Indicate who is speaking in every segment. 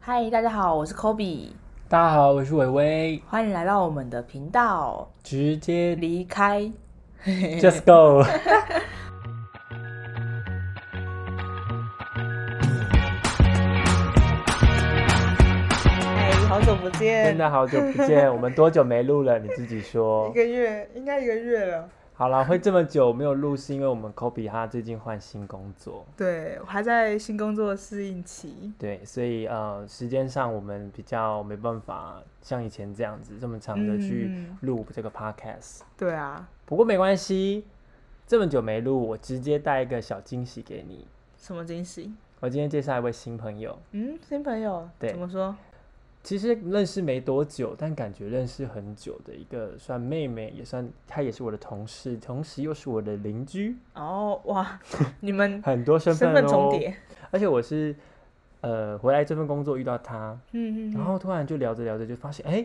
Speaker 1: 嗨，大家好，我是 Kobe，
Speaker 2: 大家好，我是伟伟，
Speaker 1: 欢迎来到我们的频道。
Speaker 2: 直 接
Speaker 1: 离开，
Speaker 2: just go。
Speaker 1: 哎，好久不见
Speaker 2: 真，的好久不见，我们多久没录了？你自己说
Speaker 1: 一。个月，应该一个月了。
Speaker 2: 好啦，会这么久没有录，是因为我们 Kobe 他最近换新工作，
Speaker 1: 对，我还在新工作适应期。
Speaker 2: 对，所以呃，时间上我们比较没办法像以前这样子这么长的去
Speaker 1: 嗯
Speaker 2: 录这个 podcast。
Speaker 1: 对啊，
Speaker 2: 不过没关系，这么久没录，我直接带一个小惊喜给你。
Speaker 1: 什么惊喜？
Speaker 2: 我今天介绍一位新朋友，
Speaker 1: 嗯，新朋友，
Speaker 2: 对
Speaker 1: 怎么说？
Speaker 2: 其实认识没多久，但感觉认识很久的一个算妹妹，也算她也是我的同事，同时又是我的邻居，
Speaker 1: 哦， 哇，你们
Speaker 2: 很多身
Speaker 1: 身
Speaker 2: 份
Speaker 1: 份重
Speaker 2: 哦。
Speaker 1: 叠。
Speaker 2: 而且我是呃回来这份工作遇到她，
Speaker 1: 嗯嗯
Speaker 2: 然
Speaker 1: 嗯，
Speaker 2: 后突然就聊着聊着就发现，哎、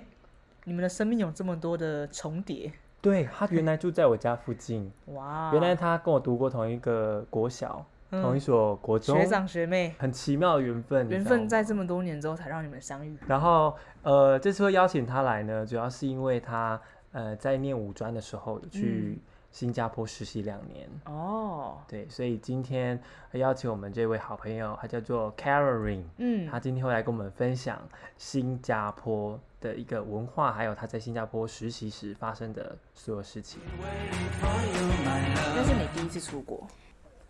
Speaker 1: 你们的生命有这么多的重叠，
Speaker 2: 对 她原来住在我家附近，
Speaker 1: 哇！
Speaker 2: 原来她跟我读过同一个国小，
Speaker 1: 啊嗯
Speaker 2: 同一所国中
Speaker 1: 学，长学妹
Speaker 2: 很奇妙的缘分，你
Speaker 1: 缘
Speaker 2: 知道
Speaker 1: 分
Speaker 2: 吗
Speaker 1: 在这么多年之后才让你们相遇。
Speaker 2: 然后呃，这次会邀请他来呢，主要是因为他呃在念五专的时候有去新加坡实习两年，
Speaker 1: 哦，
Speaker 2: 对，所以今天邀请我们这位好朋友，他叫做 Caroline，
Speaker 1: 嗯，
Speaker 2: 他今天会来跟我们分享新加坡的一个文化，还有他在新加坡实习时发生的所有事情。
Speaker 1: 那是你第一次出国，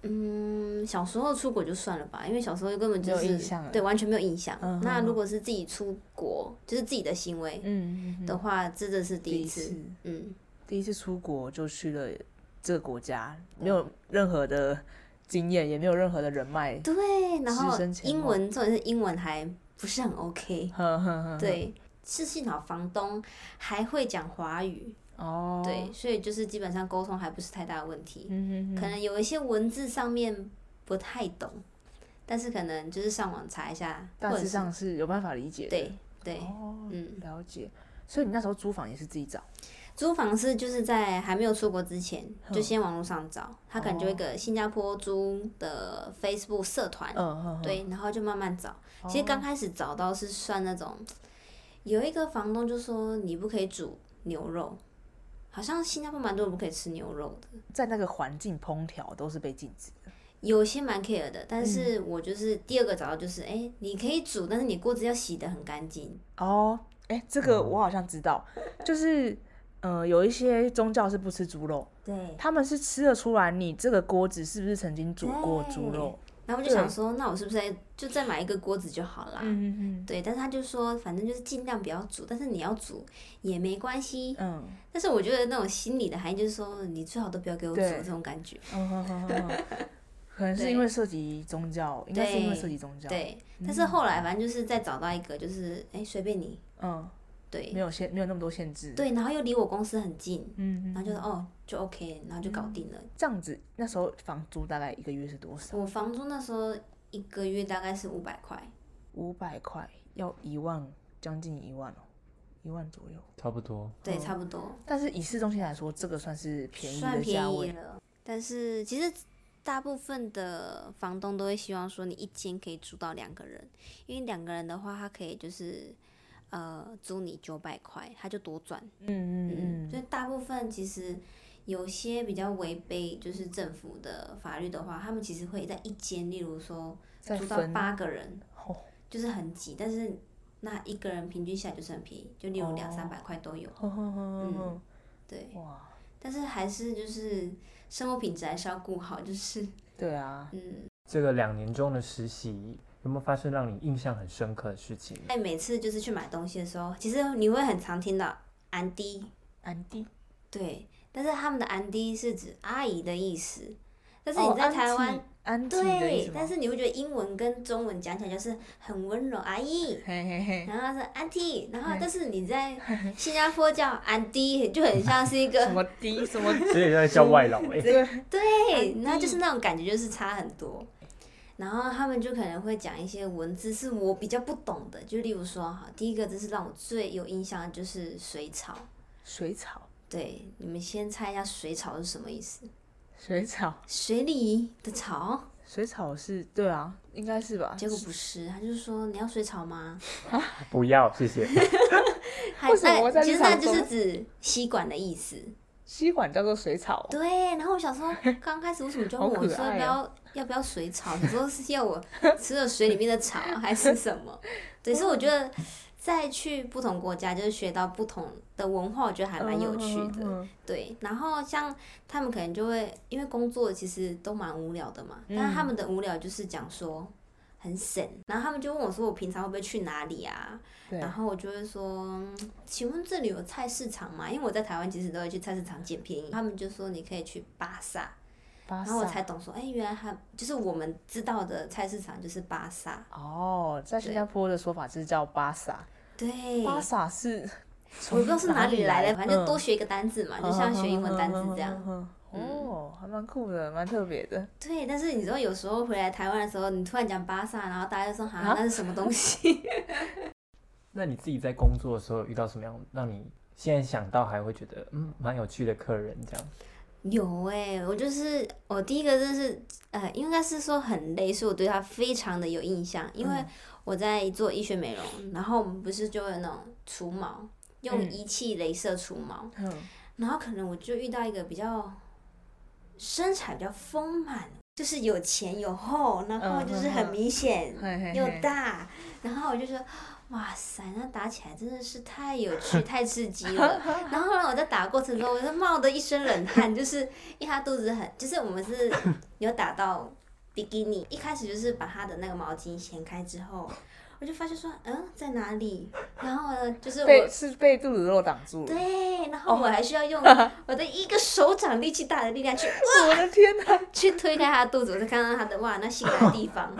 Speaker 3: 嗯，小时候出国就算了吧，因为小时候根本就
Speaker 1: 没有
Speaker 3: 是
Speaker 1: 印象了
Speaker 3: 对完全没有印象。
Speaker 1: 嗯哼
Speaker 3: 那
Speaker 1: 哼
Speaker 3: 如果是自己出国，就是自己的行为
Speaker 1: 嗯
Speaker 3: 的话，真的是第
Speaker 1: 第一
Speaker 3: 一次。
Speaker 1: 次
Speaker 3: 嗯，
Speaker 1: 第一次出国就去了这个国家，没有任何的经验，也没有任何的人脉，
Speaker 3: 对。然
Speaker 1: 只
Speaker 3: 后
Speaker 1: 身前
Speaker 3: 英
Speaker 1: 往
Speaker 3: 文重点是英文还不是很 OK，
Speaker 1: 呵呵呵，
Speaker 3: 对。是幸好房东还会讲华语，
Speaker 1: 哦，
Speaker 3: 对，，所以就是基本上沟通还不是太大的问题。
Speaker 1: 嗯
Speaker 3: 可能有一些文字上面不太懂，但是可能就是上网查一下，
Speaker 1: 大
Speaker 3: 或者
Speaker 1: 致
Speaker 3: 是
Speaker 1: 上是有办法理解的，
Speaker 3: 对对，
Speaker 1: 哦，
Speaker 3: 嗯。
Speaker 1: 了解。所以你那时候租房也是自己找，
Speaker 3: 租房是就是在还没有出国之前，就先网络上找，他可能就
Speaker 1: 哦
Speaker 3: 一个新加坡租的 Facebook 社团，
Speaker 1: 嗯哼，哦
Speaker 3: 对，然后就慢慢找。其实刚开始找到是算那种，有一个房东就说你不可以煮牛肉，好像新加坡蛮多人不可以吃牛肉的，
Speaker 1: 在那个环境烹调都是被禁止的，
Speaker 3: 有些蛮 care 的，但是
Speaker 1: 嗯
Speaker 3: 我就是第二个找到就是，哎、你可以煮，但是你锅子要洗得很干净，
Speaker 1: 哦，哎，这个我好像知道，就是。呃，有一些宗教是不吃猪肉，
Speaker 3: 对。
Speaker 1: 他们是吃得出来你这个锅子是不是曾经煮过猪
Speaker 3: 对
Speaker 1: 肉。
Speaker 3: 然后我就想说，那我是不是再就再买一个锅子就好啦？
Speaker 1: 嗯嗯
Speaker 3: 对，但是他就说，反正就是尽量不要煮，但是你要煮也没关系。
Speaker 1: 嗯
Speaker 3: 但是我觉得那种心理的含义就是说，你最好都不要给我煮
Speaker 1: 对
Speaker 3: 这种感觉。
Speaker 1: 嗯哼哼 哼哼，可能是因为涉及宗教，应该是因为涉及宗教。，
Speaker 3: 对，但是后来反正就是再找到一个，就是哎随便你，
Speaker 1: 嗯，
Speaker 3: 对
Speaker 1: 没有限，没有那么多限制。，
Speaker 3: 对，然后又离我公司很近，
Speaker 1: 嗯，
Speaker 3: 然后就说哦就 OK，然后就搞定了。
Speaker 1: 这样子，那时候房租大概一个月是多少？
Speaker 3: 我房租那时候一个月大概是五百块，
Speaker 1: 五百块，要一万，将近一万哦，一万左右。
Speaker 2: 差不多，
Speaker 3: 对，
Speaker 1: 嗯
Speaker 3: 差不多，
Speaker 1: 但是以市中心来说，这个算是便宜
Speaker 3: 算
Speaker 1: 的价
Speaker 3: 便宜
Speaker 1: 位。
Speaker 3: 了。但是其实大部分的房东都会希望说，你一间可以租到两个人，因为两个人的话，他可以就是呃租你九百块，他就多赚。
Speaker 1: 嗯嗯
Speaker 3: 所以大部分其实有些比较违背就是政府的法律的话，他们其实会在一间，例如说
Speaker 1: 再
Speaker 3: 租到
Speaker 1: 分
Speaker 3: 八个人，
Speaker 1: 哦
Speaker 3: 就是很挤，但是那一个人平均下来就是很便宜，就例如两三百块都有。
Speaker 1: 哼哼哼哼
Speaker 3: 对，
Speaker 1: 哼，哇，
Speaker 3: 但是还是就是生活品质还是要顾好，就是
Speaker 1: 对啊，
Speaker 3: 嗯，
Speaker 2: 这个两年中的实习有没有发生让你印象很深刻的事情？
Speaker 3: 在每次就是去买东西的时候，其实你会很常听到安迪，
Speaker 1: 安迪，
Speaker 3: 对，但是他们的安迪是指阿姨的意思，但
Speaker 1: 但
Speaker 3: 是你在台湾，
Speaker 1: 哦安迪的意
Speaker 3: 对
Speaker 1: 思，吗
Speaker 3: 但是你会觉得英文跟中文讲起来就是很温柔，阿姨。
Speaker 1: 嘿嘿嘿，
Speaker 3: 然后是安迪，然 后但是你在新加坡叫安迪，就很像是一
Speaker 1: 什
Speaker 3: 个
Speaker 1: 么迪什么
Speaker 2: 所以在叫外劳哎、
Speaker 1: 嗯
Speaker 3: 对，然后就是那种感觉就是差很多。然后他们就可能会讲一些文字是我比较不懂的，就例如说哈，第一个就是让我最有印象的就是水草，
Speaker 1: 水草，
Speaker 3: 对，你们先猜一下水草是什么意思？
Speaker 1: 水草。
Speaker 3: 水里的草，
Speaker 1: 水草是对啊，应该是吧？
Speaker 3: 结果不是，他就说你要水草吗？
Speaker 2: 不要，谢谢。
Speaker 3: 还
Speaker 1: 为什么
Speaker 3: 那
Speaker 1: 我在
Speaker 3: 其实
Speaker 1: 日常
Speaker 3: 那就是
Speaker 1: 中
Speaker 3: 指吸管的意思。
Speaker 1: 吸管叫做水草哦，
Speaker 3: 对，然后我 想说，刚开始为什么就问
Speaker 1: 好
Speaker 3: 我
Speaker 1: 可
Speaker 3: 说要
Speaker 1: 爱哦
Speaker 3: 不要、要不要水草？你说是要我吃了水里面的 草还是什么？对，所以我觉
Speaker 1: 嗯
Speaker 3: 得再去不同国家，就是学到不同的文化，我觉得还蛮有趣的。
Speaker 1: 嗯。嗯嗯嗯
Speaker 3: 对，然后像他们可能就会因为工作其实都蛮无聊的嘛，但是他们
Speaker 1: 嗯
Speaker 3: 的无聊就是讲说很省，然后他们就问我说我平常会不会去哪里啊？
Speaker 1: 对
Speaker 3: 然后我就会说，嗯请问这里有菜市场吗？因为我在台湾其实都会去菜市场捡便宜，他们就说你可以去巴萨，
Speaker 1: 巴
Speaker 3: 然
Speaker 1: 萨
Speaker 3: 后我才懂说，哎，原来他就是我们知道的菜市场就是巴萨，
Speaker 1: 哦，在新加坡的说法是叫巴萨，
Speaker 3: 对，
Speaker 1: 巴萨是
Speaker 3: 我
Speaker 1: 从
Speaker 3: 也不知道是
Speaker 1: 哪
Speaker 3: 里来的，反正就多
Speaker 1: 学，
Speaker 3: 学一个单字嘛，就像学英文单词这样。
Speaker 1: 样。哦，还蛮酷的，蛮特别的。
Speaker 3: 对，但是你知道，有时候回来台湾的时候，你突然讲巴萨，然后大家就说哈
Speaker 1: 啊，
Speaker 3: 那是什么东西？
Speaker 2: 那你自己在工作的时候有遇到什么样让你现在想到还会觉得嗯蛮有趣的客人这样？
Speaker 3: 有哎、我就是我第一个真是呃，应该是说很累，所以我对他非常的有印象，因为我在做医学美容，然后我们不是就有那种除毛，用
Speaker 1: 嗯
Speaker 3: 仪器镭射除毛，
Speaker 1: 嗯，
Speaker 3: 然后可能我就遇到一个比较身材比较丰满，就是有前有后，然后就是很明显，
Speaker 1: 嘿嘿
Speaker 3: 又
Speaker 1: 嘿
Speaker 3: 大，然后我就说，哇塞，那打起来真的是太有趣、太刺激 了。然后呢，我在打的过程中，我就冒得一身冷汗，就是因为他肚子很，就是我们是有打到比基尼，一开始就是把他的那个毛巾掀开之后，我就发现说，嗯，在哪里？然后呢，就是
Speaker 1: 被哦
Speaker 3: 我。
Speaker 1: 是被肚子肉挡住了。
Speaker 3: 对，然后我还需 要用我的一个手掌力气大的力量去
Speaker 1: 我的天哪！
Speaker 3: 去推开他的肚子，我才看到他的哇，那性感的地方。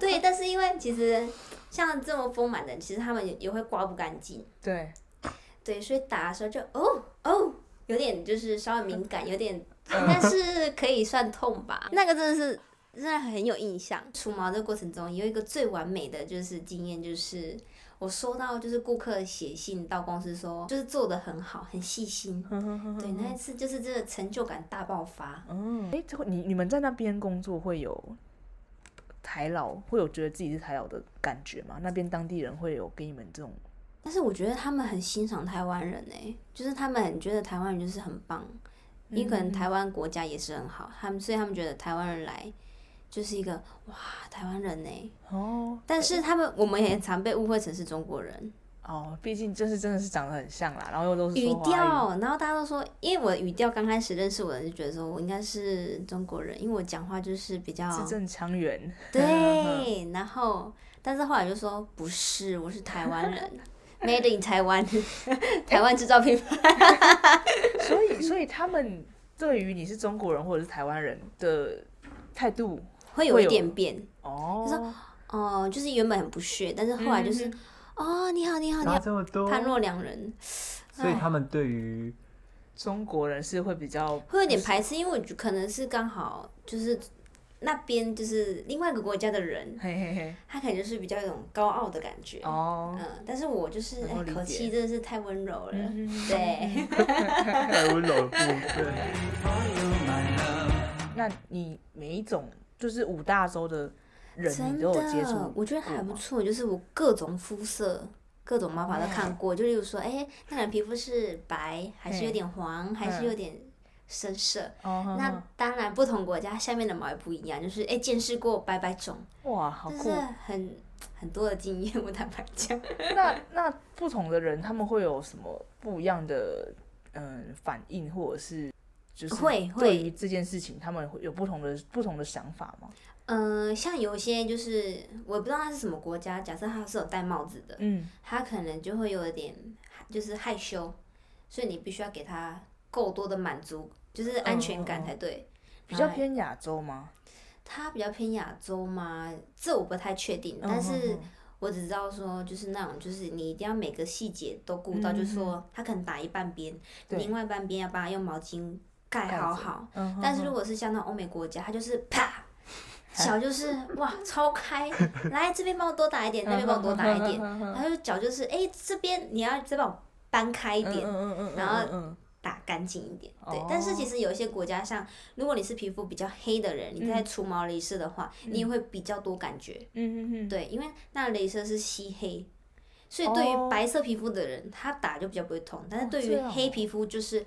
Speaker 3: 对，但是因为其实像这么丰满的，其实他们也也会刮不干净。
Speaker 1: 对，
Speaker 3: 对，所以打的时候就哦哦，有点就是稍微敏感，有点，但是可以算痛吧。那个真的是真的很有印象。除毛这个过程中，有一个最完美的就是经验，就是我收到就是顾客写信到公司说，就是做的很好，很细心。对，那一次就是这个成就感大爆发。
Speaker 1: 嗯，哎，这会你你们在那边工作会有台老，会有觉得自己是台老的感觉吗？那边当地人会有给你们这种
Speaker 3: 但是我觉得他们很欣赏台湾人诶、就是他们很觉得台湾人就是很棒，因为可
Speaker 1: 嗯
Speaker 3: 能台湾国家也是很好，他们所以他们觉得台湾人来就是一个哇台湾人诶、欸
Speaker 1: 哦
Speaker 3: 但是他们我们也常被误会成是中国人，
Speaker 1: 哦，毕竟就是真的是长得很像啦，然后又都是
Speaker 3: 语
Speaker 1: 说华
Speaker 3: 调，然后大家都说，因为我的语调刚开始认识我的人就觉得说我应该是中国人，因为我讲话就是比较
Speaker 1: 字正腔圆。
Speaker 3: 对，然后但是后来就说不是，我是台湾人 ，Made in 台湾， 台湾制造品牌。
Speaker 1: 所以，所以他们对于你是中国人或者是台湾人的态度，
Speaker 3: 会有
Speaker 1: 会
Speaker 3: 一
Speaker 1: 有
Speaker 3: 点变，
Speaker 1: 哦，
Speaker 3: 哦、就是原本很不屑，但是后来就是，
Speaker 1: 嗯
Speaker 3: 哦，你好，你好，你
Speaker 2: 差
Speaker 3: 好，
Speaker 2: 这么多，
Speaker 3: 判若嗯两人，
Speaker 2: 所以他们对于
Speaker 1: 中国人是会比较
Speaker 3: 会有点排斥，因为我觉可能是刚好就是那边就是另外一个国家的人，
Speaker 1: 嘿嘿 嘿
Speaker 3: 他可能就是比较有一种高傲的感觉，
Speaker 1: 哦
Speaker 3: 嗯，，但是我就是
Speaker 1: 能
Speaker 3: 哎
Speaker 1: 够理
Speaker 3: 口
Speaker 1: 解
Speaker 3: 气真的是太温柔了，
Speaker 1: 嗯
Speaker 3: 对，
Speaker 2: 太温柔的部分，
Speaker 3: 嗯
Speaker 1: 那你每一种就是五大洲的人，
Speaker 3: 真
Speaker 1: 你都有接触
Speaker 3: 的，，我觉得还不错，就是我各种肤色。各种毛发都看过，就例如说，哎、那个人皮肤是白，还是有
Speaker 1: 嘿
Speaker 3: 点黄，还是
Speaker 1: 嗯
Speaker 3: 有点深色，
Speaker 1: 哦，
Speaker 3: 那当然，不同国家下面的毛也不一样，就是哎、诶见识过百百种，
Speaker 1: 哇，好
Speaker 3: 就
Speaker 1: 酷
Speaker 3: 是！很很多的经验。我坦白 讲，
Speaker 1: 那那不同的人，他们会有什么不一样的嗯反应，或者是就是
Speaker 3: 会会
Speaker 1: 对于这件事情，他们会有不同的不同的想法吗？
Speaker 3: 嗯、像有些就是我不知道他是什么国家，假设他是有戴帽子的，
Speaker 1: 嗯，
Speaker 3: 他可能就会有一点就是害羞，所以你必须要给他够多的满足，就是安全感才
Speaker 1: 嗯
Speaker 3: 对。
Speaker 1: 比较
Speaker 3: 然后
Speaker 1: 偏亚洲吗？
Speaker 3: 他比较偏亚洲吗？这我不太确定，但是。
Speaker 1: 嗯嗯嗯
Speaker 3: 我只知道说，就是那种，就是你一定要每个细节都顾到，
Speaker 1: 嗯
Speaker 3: 就是说他可能打一半边，
Speaker 1: 对
Speaker 3: 另外半边要帮他用毛巾盖好好。
Speaker 1: 嗯
Speaker 3: 但是如果是像那种欧美国家，他就是 啪，脚就是哇超开，来这边帮我多打一点，那边帮我多打一点，然后脚就是哎、这边你要再帮我搬开一
Speaker 1: 嗯
Speaker 3: 点，
Speaker 1: 嗯嗯嗯嗯嗯嗯
Speaker 3: 然后打干净一点。对，
Speaker 1: 哦
Speaker 3: 但是其实有一些国家像，如果你是皮肤比较黑的人，你
Speaker 1: 嗯
Speaker 3: 在除毛镭射的话，你也会比较多感觉。
Speaker 1: 嗯嗯嗯，
Speaker 3: 对，因为那镭射是吸黑，所以对
Speaker 1: 哦
Speaker 3: 于白色皮肤的人，他打就比较不会痛，但是
Speaker 1: 哦
Speaker 3: 对于
Speaker 1: 这样
Speaker 3: 黑
Speaker 1: 哦
Speaker 3: 皮肤就是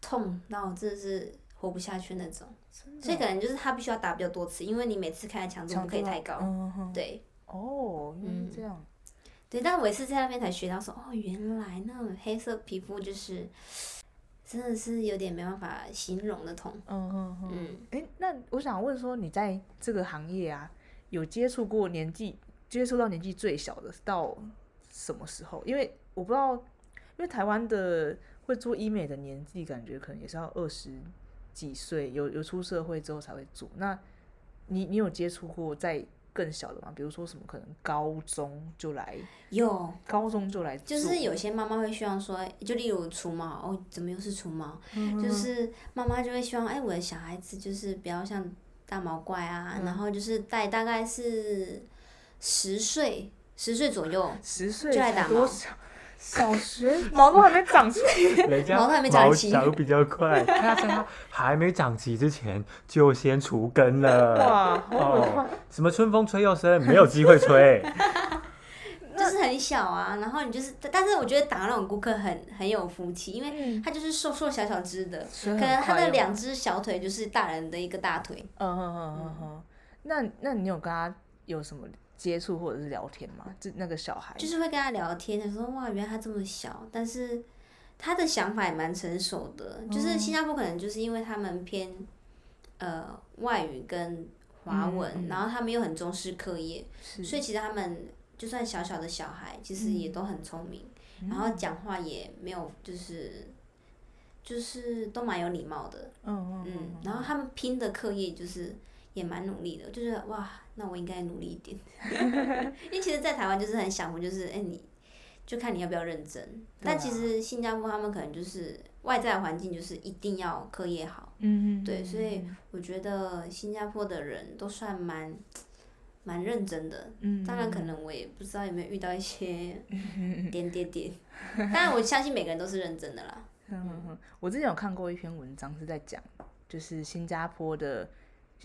Speaker 3: 痛到真的是活不下去那种。
Speaker 1: 真的
Speaker 3: 所以可能就是他必须要打比较多次，因为你每次开的强度不
Speaker 1: 强
Speaker 3: 可以
Speaker 1: 度
Speaker 3: 太
Speaker 1: 要
Speaker 3: 高。
Speaker 1: 嗯哼，
Speaker 3: 对，嗯
Speaker 1: 哦，原来是这样，
Speaker 3: 对，但我也是在那边才学到说，哦，原来那种黑色皮肤就是真的是有点没办法形容的痛。
Speaker 1: 嗯哼哼。
Speaker 3: 嗯，
Speaker 1: 诶，那我想问说，你在这个行业啊，有接触过年纪接触到年纪最小的是到什么时候？因为我不知道，因为台湾的会做医美的年纪，感觉可能也是要二十几岁，有有出社会之后才会做。那你你有接触过在更小的吗？比如说什么可能高中就来，
Speaker 3: 有，
Speaker 1: 高中就来做，
Speaker 3: 就是有些妈妈会希望说，就例如除毛，哦，怎么又是除毛？
Speaker 1: 嗯
Speaker 3: 就是妈妈就会希望，哎，我的小孩子就是不要像大毛怪啊，
Speaker 1: 嗯
Speaker 3: 然后就是在大概是十岁十岁左右，
Speaker 1: 十岁
Speaker 3: 就来
Speaker 1: 才
Speaker 3: 打
Speaker 1: 多
Speaker 3: 毛
Speaker 1: 少小学毛都还没长 出来。
Speaker 2: 人家
Speaker 3: 毛都还没长
Speaker 2: 毛
Speaker 3: 齐
Speaker 2: 长比较快，他在它还没长齐之前就先除根了。
Speaker 1: 哇，好可怕！
Speaker 2: 哦，什么春风吹又生，没有机会吹。
Speaker 3: 就是很小啊，然后你就是，但但是我觉得打那种顾客很很有福气，因为
Speaker 1: 嗯
Speaker 3: 他就是瘦瘦小小只的，
Speaker 1: 所以
Speaker 3: 可
Speaker 1: 很
Speaker 3: 能他
Speaker 1: 快
Speaker 3: 的
Speaker 1: 又
Speaker 3: 两只小腿就是大人的一个大腿，
Speaker 1: 嗯哼哼哼哼，那那你有跟他有什么接触或者是聊天吗？就那个小孩，
Speaker 3: 就是会跟他聊天，想说哇，原来他这么小，但是他的想法也蛮成熟的。
Speaker 1: 哦
Speaker 3: 就是新加坡可能就是因为他们偏呃外语跟华文，
Speaker 1: 嗯嗯
Speaker 3: 然后他们又很重视课业，
Speaker 1: 是
Speaker 3: 所以其实他们就算小小的小孩，其实
Speaker 1: 嗯
Speaker 3: 也都很聪明，然后讲话也没有就是就是都蛮有礼貌的。
Speaker 1: 嗯嗯
Speaker 3: 嗯
Speaker 1: 嗯，
Speaker 3: 然后他们拼的课业就是也蛮努力的，就是哇，那我应该努力一 点。因为其实，在台湾就是很享福，就是哎、你就看你要不要认真。
Speaker 1: 啊
Speaker 3: 但其实新加坡他们可能就是外在环境就是一定要课业好，
Speaker 1: 嗯嗯，
Speaker 3: 对，所以
Speaker 1: 嗯
Speaker 3: 我觉得新加坡的人都算蛮蛮认真的。
Speaker 1: 嗯，
Speaker 3: 当然，可能我也不知道有没有遇到 一些点点点，当然我相信每个人都是认真的啦。
Speaker 1: 嗯嗯嗯，我之前有看过一篇文章是在讲，就是新加坡的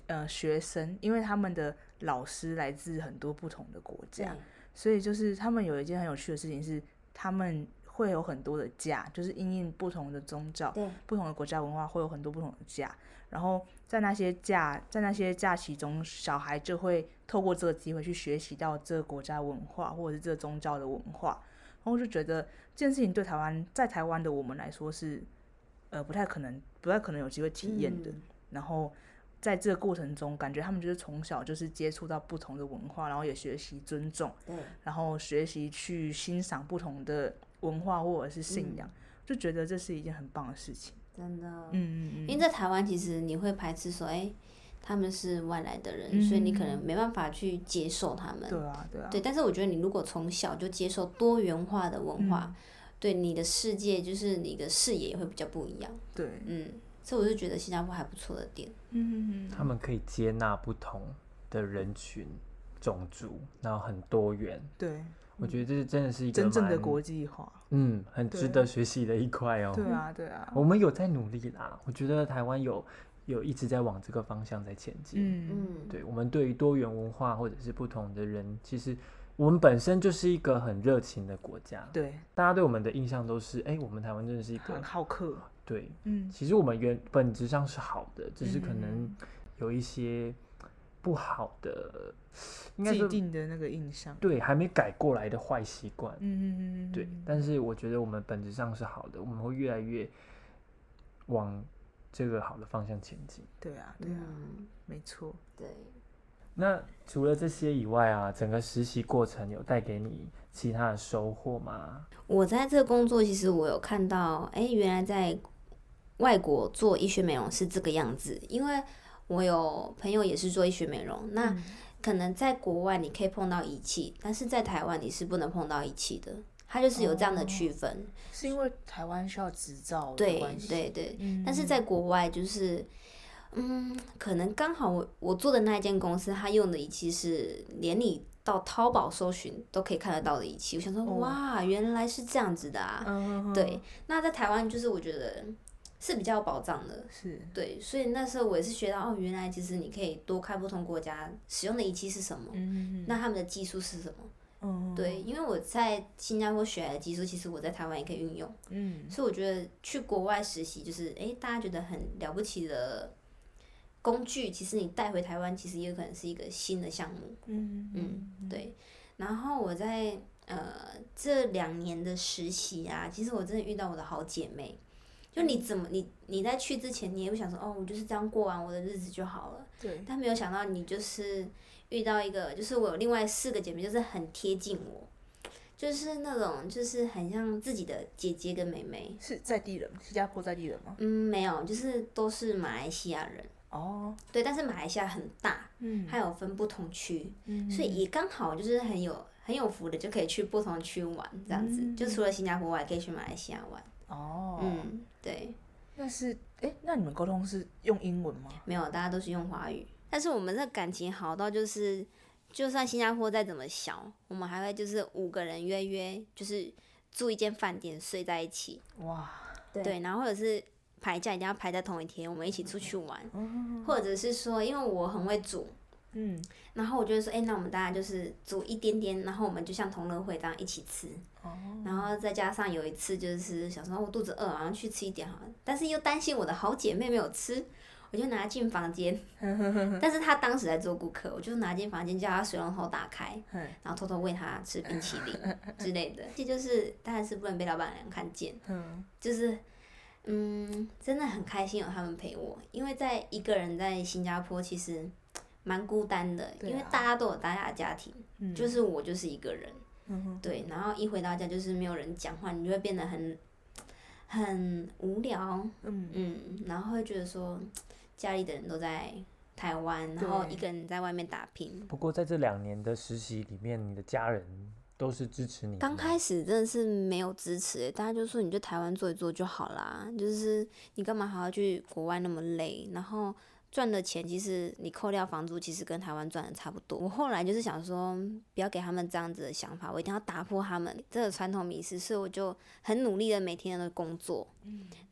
Speaker 1: 呃学生，因为他们的老师来自很多不同的国家，所以就是他们有一件很有趣的事情是，他们会有很多的假，就是因应不同的宗教、
Speaker 3: 对
Speaker 1: 不同的国家文化，会有很多不同的假。然后在那些假，在那些假期中，小孩就会透过这个机会去学习到这个国家文化，或者是这个宗教的文化。然后我就觉得这件事情对台湾，在台湾的我们来说是，呃，不太可能，不太可能有机会体验的。
Speaker 3: 嗯
Speaker 1: 然后在这个过程中，感觉他们就是从小就是接触到不同的文化，然后也学习尊重，
Speaker 3: 对，
Speaker 1: 然后学习去欣赏不同的文化或者是信
Speaker 3: 嗯
Speaker 1: 仰，就觉得这是一件很棒的事情。
Speaker 3: 真的。
Speaker 1: 嗯嗯
Speaker 3: 因为在台湾，其实你会排斥说，哎、他们是外来的人，
Speaker 1: 嗯
Speaker 3: 所以你可能没办法去接受他们。
Speaker 1: 嗯，对啊对啊，
Speaker 3: 对但是我觉得你如果从小就接受多元化的文化，对你的世界就是你的视野也会比较不一样。
Speaker 1: 对，
Speaker 3: 嗯，这我是觉得新加坡还不错的点。
Speaker 1: 嗯嗯
Speaker 2: 他们可以接纳不同的人群、种族，然后很多元。
Speaker 1: 对，
Speaker 2: 我觉得这是真的是一个
Speaker 1: 真正的
Speaker 2: 蛮
Speaker 1: 国际化。
Speaker 2: 嗯，很值
Speaker 1: 对
Speaker 2: 得学习的一块哦。
Speaker 1: 对啊对啊，
Speaker 2: 我们有在努力啦，我觉得台湾有有一直在往这个方向在前进。
Speaker 1: 嗯
Speaker 3: 嗯，
Speaker 2: 对我们对于多元文化或者是不同的人，其实我们本身就是一个很热情的国家，
Speaker 1: 对，
Speaker 2: 大家对我们的印象都是，哎、我们台湾真的是一个
Speaker 1: 很好客。
Speaker 2: 对，
Speaker 1: 嗯
Speaker 2: 其实我们原本质上是好的，只是可能
Speaker 1: 嗯
Speaker 2: 有一些不好的，应该
Speaker 1: 既
Speaker 2: 说
Speaker 1: 定的那个印象。
Speaker 2: 对还没改过来的坏习惯。
Speaker 1: 嗯嗯嗯嗯，
Speaker 2: 对
Speaker 1: 嗯，
Speaker 2: 但是我觉得我们本质上是好的，我们会越来越往这个好的方向前进。
Speaker 1: 对啊对啊，
Speaker 3: 嗯，
Speaker 1: 没错。
Speaker 3: 对。
Speaker 2: 那除了这些以外啊，整个实习过程有带给你其他的收获吗？
Speaker 3: 我在这个工作，其实我有看到，哎、原来在外国做医学美容是这个样子，因为我有朋友也是做医学美容，那
Speaker 1: 嗯
Speaker 3: 可能在国外你可以碰到仪器，但是在台湾你是不能碰到仪器的，它就是有这样的区分。
Speaker 1: 是因为台湾需要执照的
Speaker 3: 对
Speaker 1: 哦关系。
Speaker 3: 对对，
Speaker 1: 嗯
Speaker 3: 但是在国外就是，嗯，可能刚好我我做的那一间公司，它用的仪器是连你到淘宝搜寻都可以看得到的仪器。我想说，
Speaker 1: 哦
Speaker 3: 哇，原来是这样子的啊！
Speaker 1: 嗯，
Speaker 3: 对，那在台湾就是我觉得是比较有保障的，
Speaker 1: 是
Speaker 3: 对，所以那时候我也是学到哦，原来其实你可以多看不同国家使用的仪器是什么，
Speaker 1: 嗯，
Speaker 3: 那他们的技术是什么。
Speaker 1: 嗯
Speaker 3: 对，，因为我在新加坡学来的技术，其实我在台湾也可以运用，
Speaker 1: 嗯
Speaker 3: 所以我觉得去国外实习就是，诶，大家觉得很了不起的工具，其实你带回台湾，其实也有可能是一个新的项目。
Speaker 1: 嗯
Speaker 3: 嗯，对。然后我在呃这两年的实习啊，其实我真的遇到我的好姐妹。就
Speaker 1: 嗯
Speaker 3: 你怎么你你在去之前，你也不想说哦，我就是这样过完我的日子就好了。
Speaker 1: 对，
Speaker 3: 但没有想到你就是遇到一个，就是我有另外四个姐妹，就是很贴近我，就是那种就是很像自己的姐姐跟妹妹。
Speaker 1: 是在地人，新加坡在地人吗？
Speaker 3: 嗯，没有，就是都是马来西亚人。
Speaker 1: 哦，
Speaker 3: 对，但是马来西亚很大，
Speaker 1: 嗯
Speaker 3: 它有分不同区，
Speaker 1: 嗯
Speaker 3: 所以也刚好就是很有很有福的，就可以去不同区玩这样子。就除了新加坡外，可以去马来西亚玩。
Speaker 1: 嗯哦，
Speaker 3: 嗯，对，
Speaker 1: 那是哎，那你们沟通是用英文吗？
Speaker 3: 没有，大家都是用华语。但是我们这感情好到就是，就算新加坡再怎么小，我们还会就是五个人约约，就是住一间饭店睡在一起，
Speaker 1: 哇，
Speaker 3: 对然后或者是排假一定要排在同一天，我们一起出去玩，或者是说，因为我很会煮，
Speaker 1: 嗯，
Speaker 3: 然后我就会说，哎、那我们大家就是煮一点点，然后我们就像同乐会这样一起吃，
Speaker 1: 哦，
Speaker 3: 然后再加上有一次就是想说我肚子饿，然后去吃一点好了，但是又担心我的好姐妹没有吃，我就拿进 房间，但是她当时在做顾客，我就拿进房间叫她水龙头打开，
Speaker 1: 嘿
Speaker 3: 然后偷偷喂她吃冰淇 淋之类的，这就是当然是不能被老板娘看见，
Speaker 1: 嗯，
Speaker 3: 就是嗯，真的很开心有他们陪我，因为在一个人在新加坡其实蛮孤单的，
Speaker 1: 对啊
Speaker 3: 因为大家都有大家的家庭，
Speaker 1: 嗯
Speaker 3: 就是我就是一个人。
Speaker 1: 嗯哼
Speaker 3: 对，然后一回到家就是没有人讲话，你就会变得很很无聊，
Speaker 1: 嗯
Speaker 3: 嗯，然后会觉得说家里的人都在台湾，然后
Speaker 1: 对
Speaker 3: 一个人在外面打拼。
Speaker 2: 不过在这两年的实习里面，你的家人都是支持你的
Speaker 3: 刚
Speaker 2: 吗
Speaker 3: 开始真的是没有支持欸，大家就说你就台湾做一做就好啦，就是你干嘛还要去国外那么累？然后赚的钱其实你扣掉房租，其实跟台湾赚的差不多。我后来就是想说，不要给他们这样子的想法，我一定要打破他们这个传统迷思，所以我就很努力的每天的工作，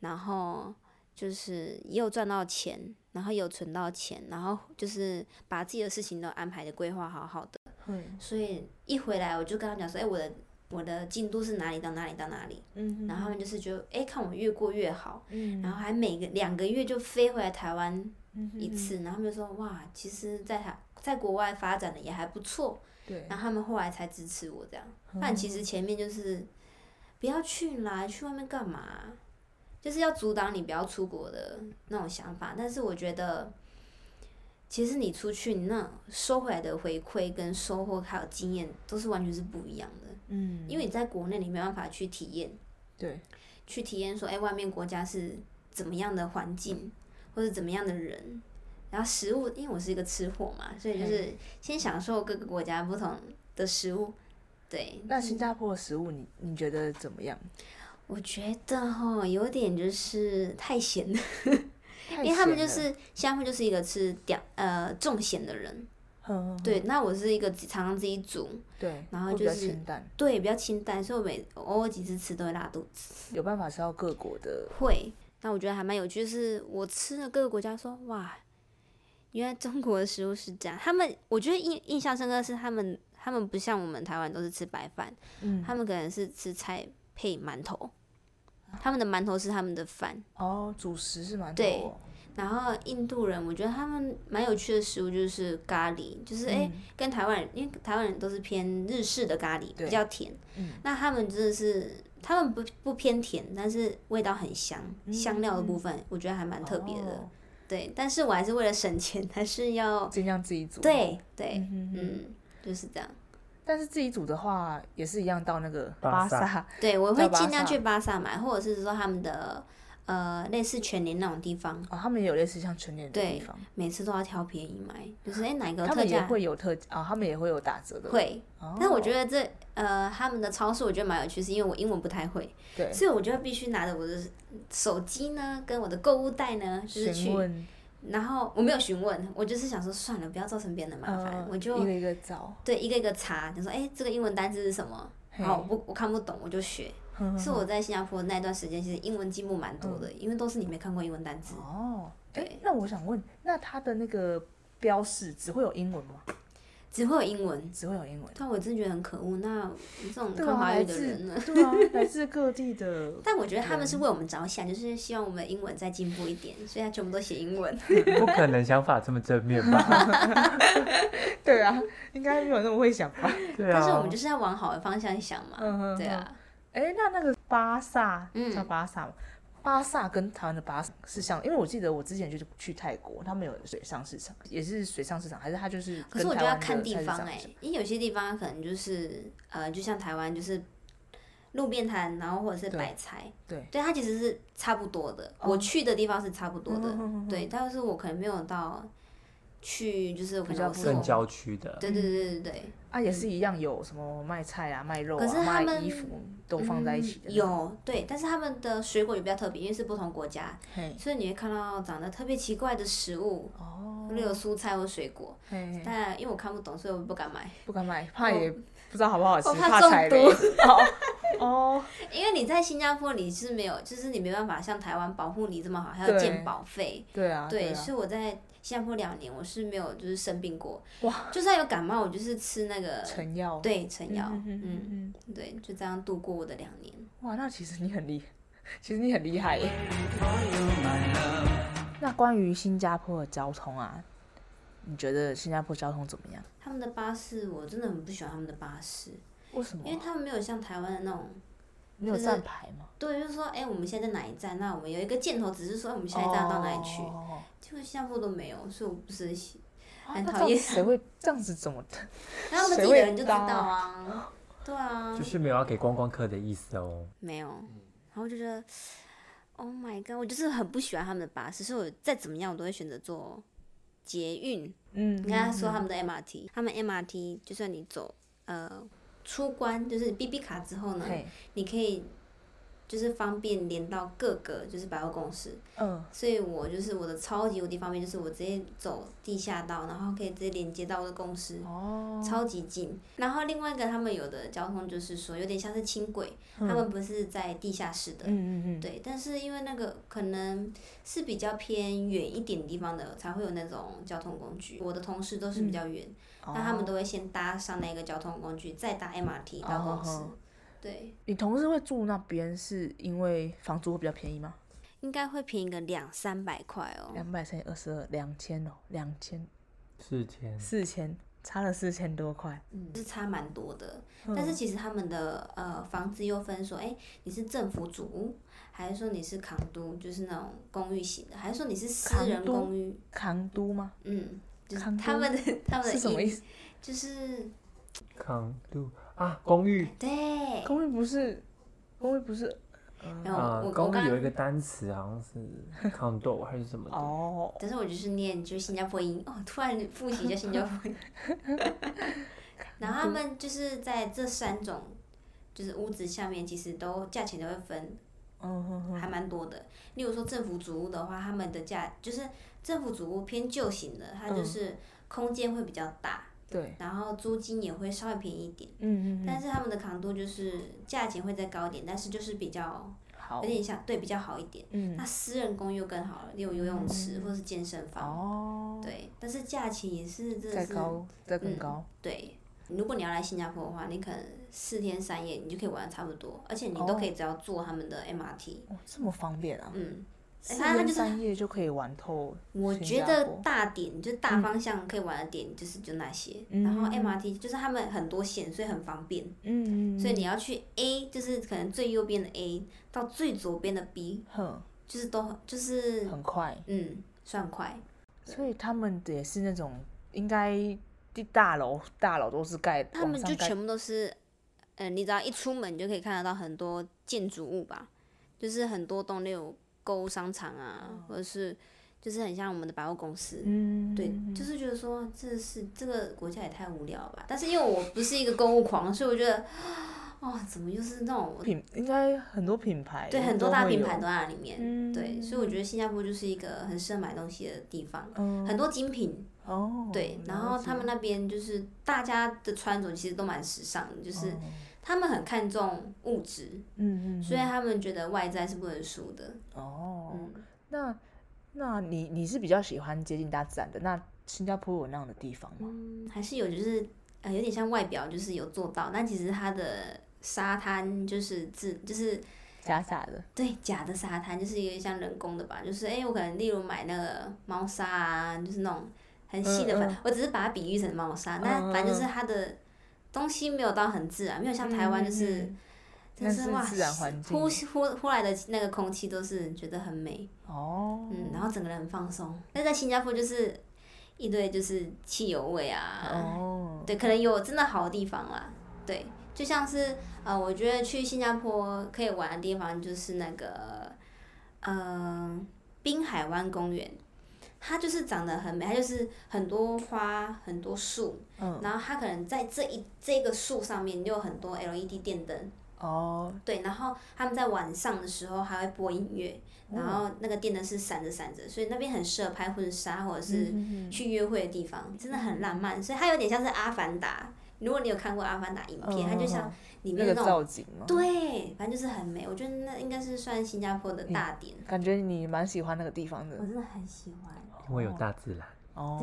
Speaker 3: 然后就是也有赚到钱。然后也有存到钱，然后就是把自己的事情都安排的规划好好的，
Speaker 1: 会，
Speaker 3: 所以一回来我就跟他讲说，哎、我的我的进度是哪里到哪里到哪里，
Speaker 1: 嗯
Speaker 3: 然后他们就是觉得，哎、看我越过越好，
Speaker 1: 嗯
Speaker 3: 然后还每个两个月就飞回来台湾
Speaker 1: 嗯哼
Speaker 3: 一次，然后他们就说，哇，其实在台在国外发展的也还不错，
Speaker 1: 对
Speaker 3: 然后他们后来才支持我这样，但其实前面就是不要去啦，去外面干嘛、就是要阻挡你不要出国的那种想法，但是我觉得。其实你出去，你那收回来的回馈跟收获还有经验都是完全是不一样的，
Speaker 1: 嗯
Speaker 3: 因为你在国内你没办法去体验，
Speaker 1: 对
Speaker 3: 去体验说，哎、外面国家是怎么样的环境，或者怎么样的人，然后食物，因为我是一个吃货嘛，所以就是先享受各个国家不同的食物。对，嗯
Speaker 1: 那新加坡的食物你你觉得怎么样？
Speaker 3: 我觉得哈有点就是太咸了，
Speaker 1: 因
Speaker 3: 因为他们就是新加坡就是一个吃点呃重咸的人。对，那我是一个自常常自己煮，
Speaker 1: 对，
Speaker 3: 然后
Speaker 1: 会比
Speaker 3: 就
Speaker 1: 较
Speaker 3: 是
Speaker 1: 清淡，
Speaker 3: 对，比较清淡，所以我每偶尔几次吃都会拉肚子。
Speaker 1: 有办法吃到各国的，
Speaker 3: 会，那我觉得还蛮有趣，就是我吃了各个国家说，哇，原来中国的食物是这样。他们我觉得印印象深刻的是他们，他们不像我们台湾都是吃白饭，
Speaker 1: 嗯，
Speaker 3: 他们可能是吃菜配馒头，他们的馒头是他们的饭。
Speaker 1: 哦，主食是馒头
Speaker 3: 对
Speaker 1: 哦，
Speaker 3: 然后印度人，我觉得他们蛮有趣的食物就是咖喱，
Speaker 1: 嗯
Speaker 3: 就是诶，跟台湾人，因为台湾人都是偏日式的咖喱，
Speaker 1: 对
Speaker 3: 比较甜。
Speaker 1: 嗯
Speaker 3: 那他们真的是，他们不不偏甜，但是味道很香，香料的部分我觉得还蛮特别的。
Speaker 1: 嗯哦
Speaker 3: 对，但是我还是为了省钱，还是要
Speaker 1: 尽量自己煮，，
Speaker 3: 对对，
Speaker 1: 嗯哼哼
Speaker 3: 嗯，就是这样。
Speaker 1: 但是自己煮的话也是一样到那个
Speaker 2: 巴萨
Speaker 1: 萨，
Speaker 3: 对，我
Speaker 1: 在
Speaker 3: 会
Speaker 1: 巴
Speaker 3: 尽量
Speaker 1: 萨
Speaker 3: 去巴萨买，或者是说他们的呃类似全年那种地方，
Speaker 1: 哦，他们也有类似像全年的地
Speaker 3: 对
Speaker 1: 方，，
Speaker 3: 每次都要挑便宜买，就是哎、诶哪一个
Speaker 1: 他
Speaker 3: 特
Speaker 1: 们也
Speaker 3: 价
Speaker 1: 会有特啊、他们也会有打折的，，
Speaker 3: 会。
Speaker 1: 哦、
Speaker 3: 但我觉得这呃他们的超市我觉得蛮有趣，是因为我英文不太会，
Speaker 1: 对，
Speaker 3: 所以我就必须拿着我的手机呢，跟我的购物袋呢，就是去
Speaker 1: 询问
Speaker 3: 然后我没有询问，我就是想说算了，不要造成别人的麻烦，
Speaker 1: 嗯
Speaker 3: 我就
Speaker 1: 一个一个找，
Speaker 3: 对一个一个查，就说哎、这个英文单字是什么？
Speaker 1: 嘿嗯
Speaker 3: 然后我不我看不懂，我就学。
Speaker 1: 哼嗯
Speaker 3: 是我在新加坡那段时间，其实英文进步蛮多的，因为都是你没看过英文单词。
Speaker 1: 哦，哎
Speaker 3: 对，
Speaker 1: 那我想问，那它的那个标示只会有英文吗？
Speaker 3: 只会有英文。
Speaker 1: 只会有英文？
Speaker 3: 但我真的觉得很可恶，那这种
Speaker 1: 对
Speaker 3: 看
Speaker 1: 啊，
Speaker 3: 华
Speaker 1: 来
Speaker 3: 语的
Speaker 1: 自
Speaker 3: 人呢？，
Speaker 1: 对啊，来自各地的
Speaker 3: 但我觉得他们是为我们着想，就是希望我们英文再进步一点，所以他全部都写英文。
Speaker 2: 不可能想法这么正面 吧？
Speaker 1: 对啊，应该没有那么会想吧？
Speaker 2: 对啊，
Speaker 3: 但是我们就是要往好的方向想嘛，
Speaker 1: 嗯哼
Speaker 3: 对啊，
Speaker 1: 哎，那那个巴萨
Speaker 3: 嗯
Speaker 1: 叫巴萨吗？巴萨跟台湾的巴萨是像，因为我记得我之前就是去泰国，他们有水上市场，也是水上市场，还是他就是
Speaker 3: 可
Speaker 1: 跟
Speaker 3: 是我
Speaker 1: 台
Speaker 3: 觉得要
Speaker 1: 湾
Speaker 3: 看
Speaker 1: 的
Speaker 3: 地
Speaker 1: 菜市
Speaker 3: 方
Speaker 1: 场
Speaker 3: 哎、
Speaker 1: 是
Speaker 3: 因为有些地方可能就是呃，就像台湾就是路边摊，然后或者是
Speaker 1: 对
Speaker 3: 摆菜，
Speaker 1: 对，
Speaker 3: 对它其实是差不多的。
Speaker 1: 哦
Speaker 3: 我去的地方是差不多的，
Speaker 1: 嗯哼哼
Speaker 3: 对，但是我可能没有到去，就是我可
Speaker 1: 比较
Speaker 3: 能我是
Speaker 1: 更
Speaker 2: 更
Speaker 3: 我
Speaker 2: 郊区的，
Speaker 3: 对对对对对，
Speaker 1: 啊，也是一样有什么卖菜啊、卖肉
Speaker 3: 可是
Speaker 1: 啊、
Speaker 3: 他
Speaker 1: 卖
Speaker 3: 们
Speaker 1: 衣服都放在一起的
Speaker 3: 嗯
Speaker 1: 那种，
Speaker 3: 有对，但是他们的水果也比较特别，因为是不同国家，
Speaker 1: 嘿，
Speaker 3: 所以你会看到长得特别奇怪的食物，
Speaker 1: 哦，
Speaker 3: 例如蔬菜或水果。
Speaker 1: 嘿嘿
Speaker 3: 但因为我看不懂，所以我不敢买。
Speaker 1: 不敢买，怕也不知道好不好吃，
Speaker 3: 我怕
Speaker 1: 怕
Speaker 3: 中
Speaker 1: 踩
Speaker 3: 毒
Speaker 1: 雷。 哦哦，
Speaker 3: 因为你在新加坡，你是没有，就是你没办法像台湾保护你这么好，还要
Speaker 1: 对
Speaker 3: 健保费。
Speaker 1: 对啊，
Speaker 3: 对，
Speaker 1: 啊，
Speaker 3: 所以我在新加坡两年，我是没有就是生病过。
Speaker 1: 哇，
Speaker 3: 就算有感冒，我就是吃那个
Speaker 1: 成药，
Speaker 3: 对成药，
Speaker 1: 嗯嗯嗯
Speaker 3: 嗯，
Speaker 1: 嗯，
Speaker 3: 对，就这样度过我的两年。
Speaker 1: 哇，那其实你很厉，其实你很厉害耶。那关于新加坡的交通啊，你觉得新加坡交通怎么样？
Speaker 3: 他们的巴士我真的很不喜欢他们的巴士，
Speaker 1: 为什么
Speaker 3: 因为他们没有像台湾的那种，
Speaker 1: 没有
Speaker 3: 就是
Speaker 1: 站牌吗？
Speaker 3: 对，就是说，哎、我们现在在哪一站？那我们有一个箭头，只是说哎我们下一站到哪里去，
Speaker 1: 哦
Speaker 3: 结果新加坡都没有，所以我不是很喜。
Speaker 1: 啊
Speaker 3: 很
Speaker 1: 那
Speaker 3: 讨
Speaker 1: 这样
Speaker 3: 厌
Speaker 1: 谁会这样子？怎么？
Speaker 3: 然后他们自己的人就知道啊，对啊，
Speaker 2: 就是没有要给观光客的意思哦。
Speaker 3: 没有，然后就觉得，Oh my god，我就是很不喜欢他们的巴士，所以我再怎么样我都会选择坐捷运。
Speaker 1: 嗯，
Speaker 3: 你跟他
Speaker 1: 嗯
Speaker 3: 说他们的 MRT，他们 MRT 就算你走呃出关，就是 BB 卡之后呢，
Speaker 1: 嗯嘿，
Speaker 3: 你可以就是方便连到各个就是百货公司，
Speaker 1: 嗯，
Speaker 3: 所以我就是我的超级无敌方便，就是我直接走地下道，然后可以直接连接到我的公司。
Speaker 1: 哦，
Speaker 3: 超级近，然后另外一个他们有的交通就是说有点像是轻轨，
Speaker 1: 嗯
Speaker 3: 他们不是在地下室的，
Speaker 1: 嗯嗯嗯，
Speaker 3: 对，但是因为那个可能是比较偏远一点的地方的才会有那种交通工具，我的同事都是比较远，
Speaker 1: 哦
Speaker 3: 那他们都会先搭上那个交通工具，再搭 MRT 到公司。
Speaker 1: 哦
Speaker 3: 对，
Speaker 1: 你同事会住那边是因为房租会比较便宜吗？
Speaker 3: 应该会便宜个两三百块哦。
Speaker 1: 两百乘以二十二，两千哦，两千
Speaker 2: 四天，
Speaker 1: 四千，差了四千多块。
Speaker 3: 嗯，是差蛮多的。
Speaker 1: 嗯
Speaker 3: 但是其实他们的呃房子又分说，哎、你是政府主屋，还是说你是扛都，就是那种公寓型的，还是说你是私人
Speaker 1: 扛都
Speaker 3: 公寓？
Speaker 1: 扛都吗？
Speaker 3: 嗯，就是
Speaker 1: 扛都
Speaker 3: 他们的他们的
Speaker 1: 是什么意
Speaker 3: 意
Speaker 1: 思？
Speaker 3: 就是
Speaker 2: 康度啊，公寓
Speaker 3: 对。
Speaker 1: 公寓不是，公寓不是呃
Speaker 3: 然后
Speaker 2: 啊
Speaker 3: 嗯我，我
Speaker 2: 公
Speaker 3: 刚
Speaker 2: 寓有一个单词好像是 condo 还是什么的，
Speaker 1: 哦，
Speaker 3: 但是我就是念就是新加坡音哦，突然复习一下新加坡音。 然后他们就是在这三种就是屋子下面，其实都价钱都会分，
Speaker 1: 嗯哼哼，
Speaker 3: 还蛮多的。例如说政府主屋的话，他们的价就是政府主屋偏旧型的，它
Speaker 1: 嗯
Speaker 3: 就是空间会比较大，
Speaker 1: 对，
Speaker 3: 然后租金也会稍微便宜一点。
Speaker 1: 嗯嗯嗯，
Speaker 3: 但是他们的扛度就是价钱会再高一点，但是就是比较
Speaker 1: 好
Speaker 3: 有，点像对比较好一点。
Speaker 1: 嗯，
Speaker 3: 那私人公寓又更好了，例如游泳池或是健身房。
Speaker 1: 哦，
Speaker 3: 对，但是价钱也是真的
Speaker 1: 再
Speaker 3: 是嗯
Speaker 1: 高，再更高，
Speaker 3: 对。如果你要来新加坡的话，你可能四天三夜你就可以玩的差不多，而且你都
Speaker 1: 哦
Speaker 3: 可以只要坐他们的 MRT，、
Speaker 1: 哦，这么方便啊！
Speaker 3: 嗯，
Speaker 1: 四
Speaker 3: 它它
Speaker 1: 天
Speaker 3: 就是
Speaker 1: 三夜就可以玩透
Speaker 3: 我
Speaker 1: 新
Speaker 3: 觉
Speaker 1: 加
Speaker 3: 得
Speaker 1: 坡
Speaker 3: 大点就大方向可以玩的点就是就那些，然后
Speaker 1: 嗯
Speaker 3: MRT 就是他们很多线，所以很方便，
Speaker 1: 嗯，嗯
Speaker 3: 所以
Speaker 1: 嗯
Speaker 3: 你要去 A 就是可能最右边的 A 到最左边的 B，
Speaker 1: 哼
Speaker 3: 就是都很就是
Speaker 1: 很快，
Speaker 3: 嗯算快，
Speaker 1: 所以他们也是那种应该地大楼大楼都是盖，
Speaker 3: 他们
Speaker 1: 往上
Speaker 3: 就
Speaker 1: 盖
Speaker 3: 全部都是，呃，你只要一出门就可以看得到很多建筑物吧，就是很多栋六购物商场啊，
Speaker 1: 哦
Speaker 3: 或者是就是很像我们的百货公司。
Speaker 1: 嗯，
Speaker 3: 对，就是觉得说这是这个国家也太无聊了吧。但是因为我不是一个购物狂，所以我觉得哦，怎么又是那种
Speaker 1: 品应该很多品牌，
Speaker 3: 对，
Speaker 1: 应
Speaker 3: 很
Speaker 1: 该
Speaker 3: 多大
Speaker 1: 会
Speaker 3: 品
Speaker 1: 有
Speaker 3: 牌都，在那里面。
Speaker 1: 嗯
Speaker 3: 对，所以我觉得新加坡就是一个很适合买东西的地方，
Speaker 1: 嗯，
Speaker 3: 很多精品。
Speaker 1: 哦，
Speaker 3: 对，然后他们那边就是大家的穿着其实都蛮时尚的，就
Speaker 1: 就是
Speaker 3: 他们很看重物质，
Speaker 1: 哦嗯嗯，
Speaker 3: 所以
Speaker 1: 嗯
Speaker 3: 他们觉得外在是不能输的。
Speaker 1: 哦，
Speaker 3: 嗯，
Speaker 1: 那那你你是比较喜欢接近大自然的？那新加坡有那样的地方吗？
Speaker 3: 嗯，还是有就是呃，有点像外表就是有做到，但其实它的沙滩就是自就是
Speaker 1: 假假的，
Speaker 3: 对假的沙滩，就是有点像人工的吧。就是哎、诶我可能例如买那个猫砂啊，就是那种很细的，
Speaker 1: 嗯
Speaker 3: 反、
Speaker 1: 嗯
Speaker 3: 我只是把它比喻成猫砂，
Speaker 1: 嗯嗯
Speaker 3: 那反正
Speaker 1: 嗯
Speaker 3: 就是它的东西没有到很自然，没有像台湾就
Speaker 1: 嗯
Speaker 3: 是。
Speaker 1: 嗯
Speaker 3: 真
Speaker 1: 但
Speaker 3: 是
Speaker 1: 是
Speaker 3: 哇，
Speaker 1: 自然环境
Speaker 3: 呼吸呼呼来的那个空气都是觉得很美，
Speaker 1: 哦，
Speaker 3: 嗯，然后整个人很放松。但在新加坡就是一堆就是汽油味啊，
Speaker 1: 哦，
Speaker 3: 对，可能有真的好的地方啦，对，就像是呃，我觉得去新加坡可以玩的地方就是那个呃滨海湾公园，它就是长得很美，它就是很多花很多树，
Speaker 1: 嗯，
Speaker 3: 然后它可能在这一这个树上面有很多 LED 电灯。
Speaker 1: 哦，
Speaker 3: 对，然后他们在晚上的时候还会播音乐，然
Speaker 1: 哦
Speaker 3: 后那个电灯是闪着闪着，所以那边很适合拍婚纱或者是
Speaker 1: 嗯嗯嗯嗯
Speaker 3: 去约会的地方，真的很浪漫。所以它有点像是《阿凡达》，如果你有看过《阿凡达》影片，它就像里面
Speaker 1: 哦那个
Speaker 3: 的嗯那种，
Speaker 1: 造景吗？
Speaker 3: 对，反正就是很美。我觉得那应该是算新加坡的大点，
Speaker 1: 感觉你蛮喜欢那个地方的
Speaker 3: 我真的很喜欢。
Speaker 2: 因为有大自然，
Speaker 1: 哦，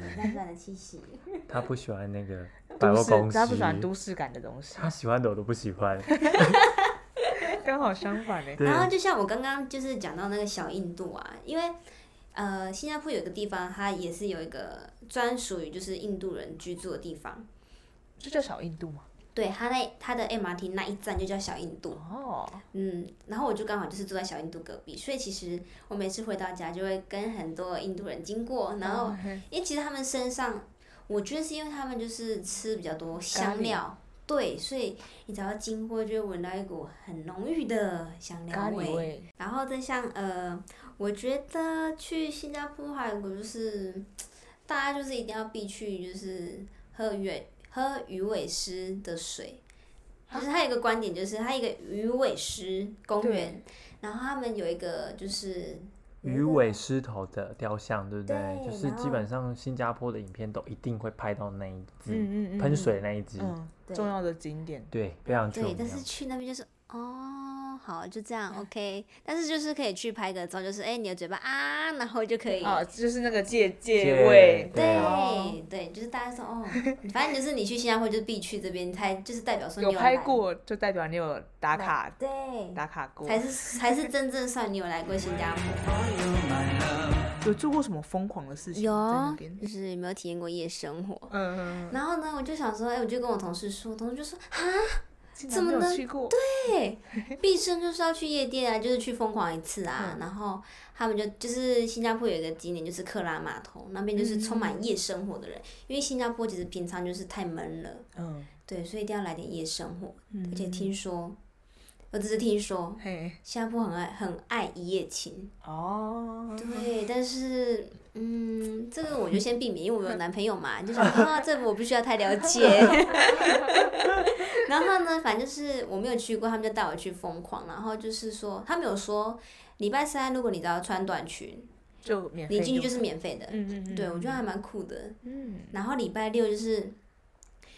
Speaker 3: 对，淡淡的气息。
Speaker 2: 他不喜欢那个 百
Speaker 1: 都
Speaker 2: 货
Speaker 1: 市
Speaker 2: 公司，
Speaker 1: 大家不喜欢都市感的东西，
Speaker 2: 他喜欢的我都不 喜欢。
Speaker 3: 哎
Speaker 1: 刚好相反嘞。
Speaker 2: 对
Speaker 3: 然后就像我刚刚就是讲到那个小印度啊，因为呃，新加坡有个地方，它也是有一个专属于就是印度人居住的地方。
Speaker 1: 这叫小印度吗？
Speaker 3: 对，它那它的 MRT 那一站就叫小印度，
Speaker 1: 哦，
Speaker 3: 嗯，然后我就刚好就是住在小印度隔壁，所以其实我每次回到家就会跟很多印度人经过，然后
Speaker 1: 哦嘿
Speaker 3: 因为其实他们身上，我觉得是因为他们就是吃比较多
Speaker 1: 咖
Speaker 3: 香
Speaker 1: 喱
Speaker 3: 料，对，所以你只要经过就会闻到一股很浓郁的香料
Speaker 1: 咖喱味，
Speaker 3: 然后再像呃，我觉得去新加坡还有一个就是，大家就是一定要必去，就是喝鱼尾喝鱼尾狮的水。
Speaker 1: 啊
Speaker 3: 就是它有一个观点，就是它一个鱼尾狮公
Speaker 1: 对
Speaker 3: 园，然后他们有一个就是有一
Speaker 2: 鱼
Speaker 3: 个
Speaker 2: 尾狮头的雕像，对不
Speaker 3: 对
Speaker 2: 就是
Speaker 3: 然
Speaker 2: 基
Speaker 3: 后
Speaker 2: 本上新加坡的影片都一定会拍到那一只
Speaker 1: 嗯嗯嗯，
Speaker 2: 喷水那一只，
Speaker 1: 嗯，
Speaker 3: 对
Speaker 1: 重要的景点。
Speaker 2: 对，非常啊重
Speaker 3: 对，
Speaker 2: 要。
Speaker 3: 但是去那边就是哦，好就这
Speaker 1: 啊
Speaker 3: 样 OK，但是就是可以去拍个照，就是哎、你的嘴巴啊，然后就可以。
Speaker 1: 啊，就是那个借借
Speaker 2: 借
Speaker 1: 位，
Speaker 2: 对
Speaker 1: 哦
Speaker 3: 对对，就是大家说哦，反正就是你去新加坡就是必去这边，才就是代表说你
Speaker 1: 有拍
Speaker 3: 来
Speaker 1: 过就代表你有打卡
Speaker 3: 对，
Speaker 1: 打卡过。
Speaker 3: 才是才是真正算你有来过新 加坡。
Speaker 1: 有做过什么疯狂的事情在
Speaker 3: 啊
Speaker 1: 那边？
Speaker 3: 就是有没有体验过夜生活？
Speaker 1: 嗯，嗯
Speaker 3: 然后呢，我就想说，哎、我就跟我同事说，同事就说，
Speaker 1: 嗯
Speaker 3: 怎
Speaker 1: 竟
Speaker 3: 么
Speaker 1: 然没有
Speaker 3: 能
Speaker 1: 去过？
Speaker 3: 对，毕生就是要去夜店啊，就是去疯狂一次啊。
Speaker 1: 嗯
Speaker 3: 然后他们就就是新加坡有一个景点，就是克拉码头那边就是充满夜生活的人，因为新加坡其实平常就是太闷了，
Speaker 1: 嗯，
Speaker 3: 对，所以一定要来点夜生活。
Speaker 1: 嗯
Speaker 3: 而且听说，我只是听说，
Speaker 1: 嘿，
Speaker 3: 新加坡很爱很爱一夜情。
Speaker 1: 哦，
Speaker 3: 对，但是嗯，这个我就先避免，因为我有
Speaker 1: 嗯
Speaker 3: 男朋友嘛，就想说啊，这我不需要太了解。 然后呢，反正就是我没有去过，他们就带我去疯狂，然后就是说，他们有说礼拜三如果你只要穿短裙，
Speaker 1: 就免费
Speaker 3: 你进去
Speaker 1: 就
Speaker 3: 就是免费的。
Speaker 1: 嗯嗯嗯，
Speaker 3: 对，我觉得还蛮酷的。
Speaker 1: 嗯
Speaker 3: 然后礼拜六就是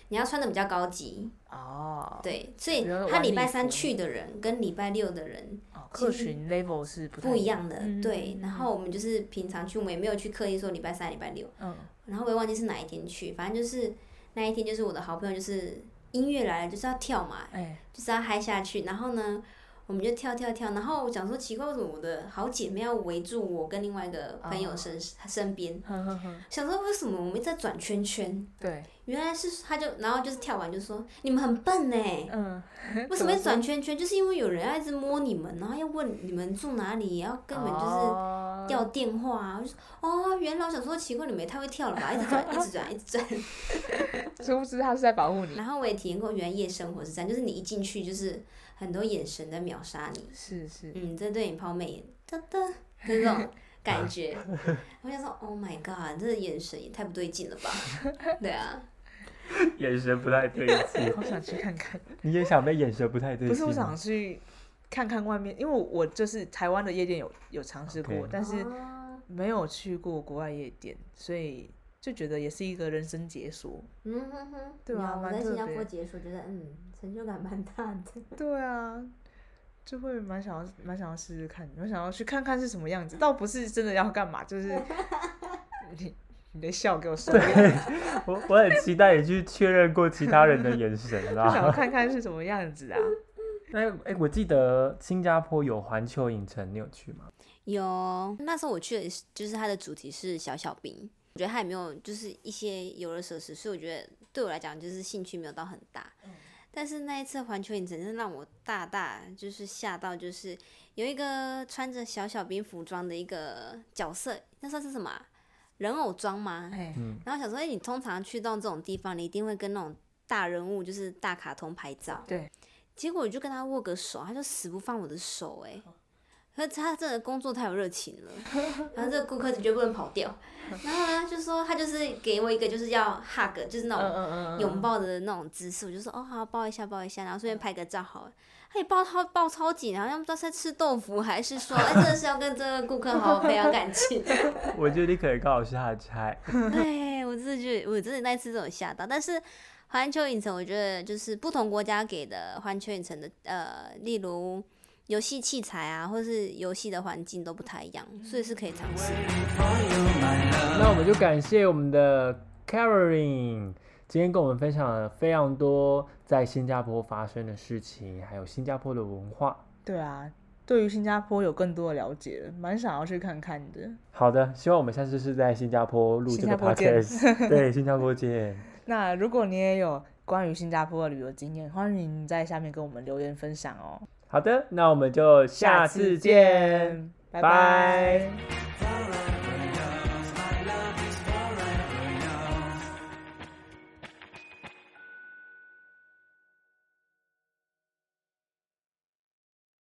Speaker 3: 你要穿的比较高级，
Speaker 1: 哦，
Speaker 3: 对，所以
Speaker 1: 比如说
Speaker 3: 他
Speaker 1: 晚
Speaker 3: 礼
Speaker 1: 礼
Speaker 3: 拜三
Speaker 1: 服
Speaker 3: 去的人跟礼拜六的人
Speaker 1: 哦客群 level 是不太
Speaker 3: 不一，样的，
Speaker 1: 嗯
Speaker 3: 对
Speaker 1: 嗯。
Speaker 3: 然后我们就是平常去，我们也没有去刻意说礼拜三、礼拜六，
Speaker 1: 嗯，
Speaker 3: 然后我也忘记是哪一天去，反正就是那一天就是我的好朋友，就是音乐来了就是要跳嘛，
Speaker 1: 哎，
Speaker 3: 就是要嗨下去。然后呢，我们就跳跳跳，然后我想说奇怪，为什么我的好姐妹要围住我跟另外一个朋
Speaker 1: 哦
Speaker 3: 友身、身边？
Speaker 1: 呵呵呵，
Speaker 3: 想说为什么我们在转圈圈？
Speaker 1: 对，
Speaker 3: 原来是他就然后就是跳完就说你们很笨呢、
Speaker 1: 嗯，
Speaker 3: 为什么会
Speaker 1: 怎
Speaker 3: 转圈圈？就是因为有人要一直摸你们，然后要问你们住哪里，然后根本就是。
Speaker 1: 哦
Speaker 3: 掉电话啊，我就说哦，原来我想说奇怪，你们也太会跳了吧，一直转，一直转，一直转。
Speaker 1: 殊不知他是在保护你，
Speaker 3: 然后我也体验过，原来夜生活是这样，就是你一进去就是很多眼神在秒杀你，
Speaker 1: 是是，
Speaker 3: 嗯，在对你抛媚眼，哒哒，就这种 感觉。我想说，Oh my god，这眼神也太不对劲了吧？对啊，
Speaker 2: 眼神不太对 劲。
Speaker 1: 好想去看看。
Speaker 2: 你也想被眼神不太对
Speaker 1: 不
Speaker 2: 劲吗？
Speaker 1: 是，我想去看看外面，因为我就是台湾的夜店有有尝试过
Speaker 2: OK
Speaker 1: 但是
Speaker 4: 哦
Speaker 1: 没有去过国外夜店，所以就觉得也是一个人生解锁。
Speaker 4: 嗯哼哼，
Speaker 1: 对啊
Speaker 4: 有我
Speaker 1: 蛮
Speaker 4: 在
Speaker 1: 特
Speaker 4: 新加
Speaker 1: 别
Speaker 4: 坡解说，觉得嗯，成就感蛮大的。
Speaker 1: 对啊，就会蛮想要蛮想要试试看，蛮想要去看看是什么样子，倒不是真的要干嘛，就是 你你的笑给我收敛，
Speaker 2: 我我很期待你去确认过其他人的眼神
Speaker 1: 就想要
Speaker 2: 啦。
Speaker 1: 看看是什么样子啊。
Speaker 2: 哎哎、我记得新加坡有环球影城，你有去吗？
Speaker 3: 有，那时候我去的是，就是它的主题是小小兵，我觉得它也没有就是一些游乐设施，所以我觉得对我来讲就是兴趣没有到很大。但是那一次环球影城是让我大大就是吓到，就是有一个穿着小小兵服装的一个角色，那算是什么啊、人偶装吗？
Speaker 1: 哎，
Speaker 2: 嗯
Speaker 3: 然后想说，哎、你通常去到这种地方，你一定会跟那种大人物，就是大卡通拍照。
Speaker 1: 对。
Speaker 3: 结果我就跟他握个手，他就死不放我的手、哎。可是他真的工作太有热情了，然后这个顾客绝对不能跑掉。然后呢，就说他就是给我一个就是要 hug，就是
Speaker 1: 嗯
Speaker 3: 那种
Speaker 1: 嗯嗯嗯，
Speaker 3: 拥抱的那种姿势，我就说哦好抱一下抱一下，然后顺便拍个照好了。他也抱超抱超紧，好像不知道是在吃豆腐还是说，哎，真的是要跟这个顾客好好培养感情。
Speaker 2: 我觉得你可能刚好是他的菜。
Speaker 3: 对哎我真的觉得，我真的那一次都有吓到。但是环球影城，我觉得就是不同国家给的环球影城的呃，例如游戏器材啊，或是游戏的环境都不太一样，所以是可以尝试。
Speaker 2: 那我们就感谢我们的 Caroline，今天跟我们分享了非常多在新加坡发生的事情，还有新加坡的文化。
Speaker 1: 对啊，对于新加坡有更多的了解了，蛮想要去看看的。
Speaker 2: 好的，希望我们下次是在新加坡录
Speaker 1: 新
Speaker 2: 这个
Speaker 1: 加坡见
Speaker 2: podcast。对，新加坡 见。
Speaker 1: 那如果你也有关于新加坡的旅游经验，欢迎在下面跟我们留言分享哦。
Speaker 2: 好的，那我们就下次见，
Speaker 1: 拜
Speaker 2: 拜拜
Speaker 1: 拜。
Speaker 4: Alright.